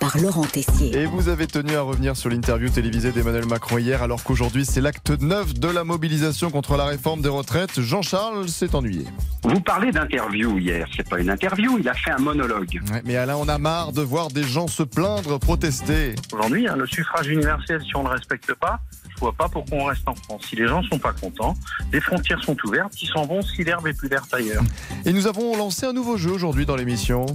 par Laurent Tessier. Et vous avez tenu à revenir sur l'interview télévisée d'Emmanuel Macron hier, alors qu'aujourd'hui c'est l'acte 9 de la mobilisation contre la réforme des retraites. Jean-Charles s'est ennuyé. Vous parlez d'interview hier, c'est pas une interview, il a fait un monologue. Ouais, mais Alain, on a marre de voir des gens se plaindre, protester. Aujourd'hui, hein, le suffrage universel, si on ne le respecte pas, je vois pas pourquoi on reste en France. Si les gens sont pas contents, les frontières sont ouvertes, ils s'en vont si l'herbe est plus verte ailleurs. Et nous avons lancé un nouveau jeu aujourd'hui dans l'émission.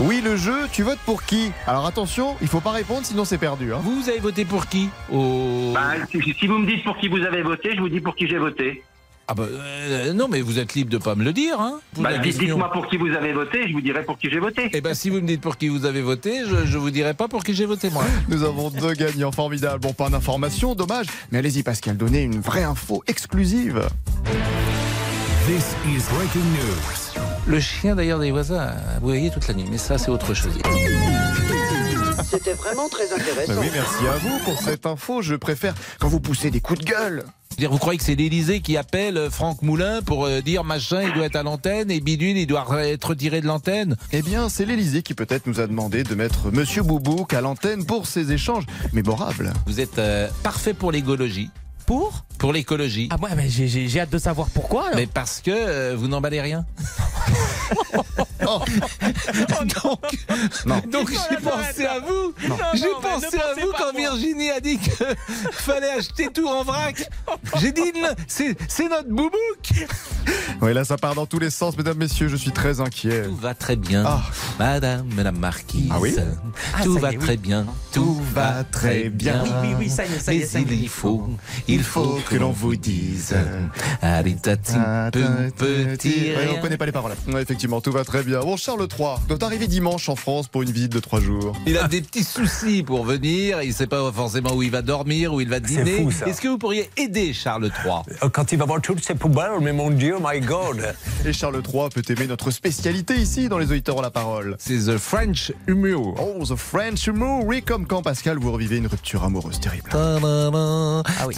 Oui, le jeu, tu votes pour qui Alors attention, il faut pas répondre, sinon c'est perdu. hein. Vous, vous avez voté pour qui Au- Bah, si, si vous me dites pour qui vous avez voté, je vous dis pour qui j'ai voté. Ah bah, euh, non, mais vous êtes libre de pas me le dire. Hein, Vous, Bah, la dites- question. Dites-moi pour qui vous avez voté, je vous dirai pour qui j'ai voté. Eh ben, si vous me dites pour qui vous avez voté, je, je vous dirai pas pour qui j'ai voté moi. Nous avons deux gagnants formidables. Bon, pas d'informations, dommage. Mais allez-y, Pascal, donnez une vraie info exclusive. This is breaking news. Le chien d'ailleurs des voisins, vous voyez toute la nuit, mais ça c'est autre chose. C'était vraiment très Bah intéressant. oui, merci à vous pour cette info. Je préfère quand vous poussez des coups de gueule. Dire, vous croyez que c'est l'Élysée qui appelle euh, Franck Moulin pour euh, dire machin, il doit être à l'antenne et bidule, il doit être retiré de l'antenne Eh bien, c'est l'Elysée qui peut-être nous a demandé de mettre Monsieur Boubouk à l'antenne pour ces échanges mémorables. Vous êtes euh, parfait pour l'écologie. Pour Pour l'écologie. Ah, moi, mais j'ai- j'ai j'ai hâte de savoir pourquoi. alors. Mais parce que euh, vous n'emballez rien. donc, Non. donc j'ai pensé à vous. J'ai Ah non, mais pensé ne à pensez vous pas à quand moi. Virginie a dit que fallait acheter tout en vrac. J'ai dit non, c'est c'est notre boubouk. Oui, là, ça part dans tous les sens, mesdames, messieurs. Je suis très inquiet. Tout va très bien, Ah. Madame la Marquise. Ah oui Ah, tout ça y va est, oui. très bien. Tout va très bien. Oui, oui, oui, ça y est, ça y est. Mais ça y est. il y faut, il faut que l'on vous dise. Allez, tati, petit. Ouais, on connaît pas les paroles. Ouais, effectivement, tout va très bien. Bon, Charles III doit arriver dimanche en France pour une visite de trois jours. Il a des petits soucis pour venir, il sait pas forcément où il va dormir, où il va dîner. fou, ça. Est-ce que vous pourriez aider Charles III Euh, Quand il va voir toutes ces poubelles, mais mon Dieu, my God. Et Charles III peut aimer notre spécialité ici dans les auditeurs à la parole. C'est The French Humour. Oh, the French humour. Oui, comme quand Pascal, vous revivez une rupture amoureuse terrible. Ah oui.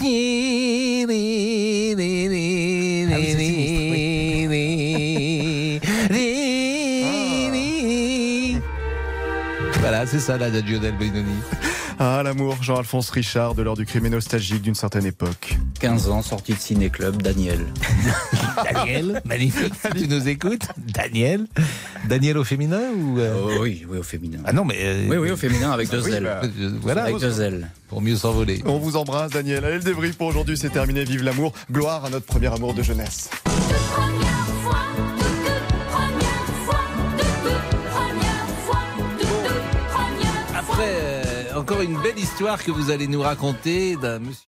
Ah Voilà, c'est ça la Dadio del Benoni. Ah, l'amour, Jean-Alphonse Richard, de l'heure du crime et nostalgique d'une certaine époque. 15 ans, sortie de ciné-club, Daniel. Daniel, magnifique, si tu nous écoutes. Daniel. Daniel au féminin ou. euh, Oh oui, oui, au féminin. Ah, Ah non, mais. euh, Oui, oui, au féminin, avec deux Oui, ailes. bah, euh, Voilà, avec deux ailes. pour mieux s'envoler. On vous embrasse, Daniel. Allez, le débrief pour aujourd'hui, c'est terminé. Vive l'amour. Gloire à notre premier amour de jeunesse. Après, euh, encore une belle histoire que vous allez nous raconter d'un monsieur.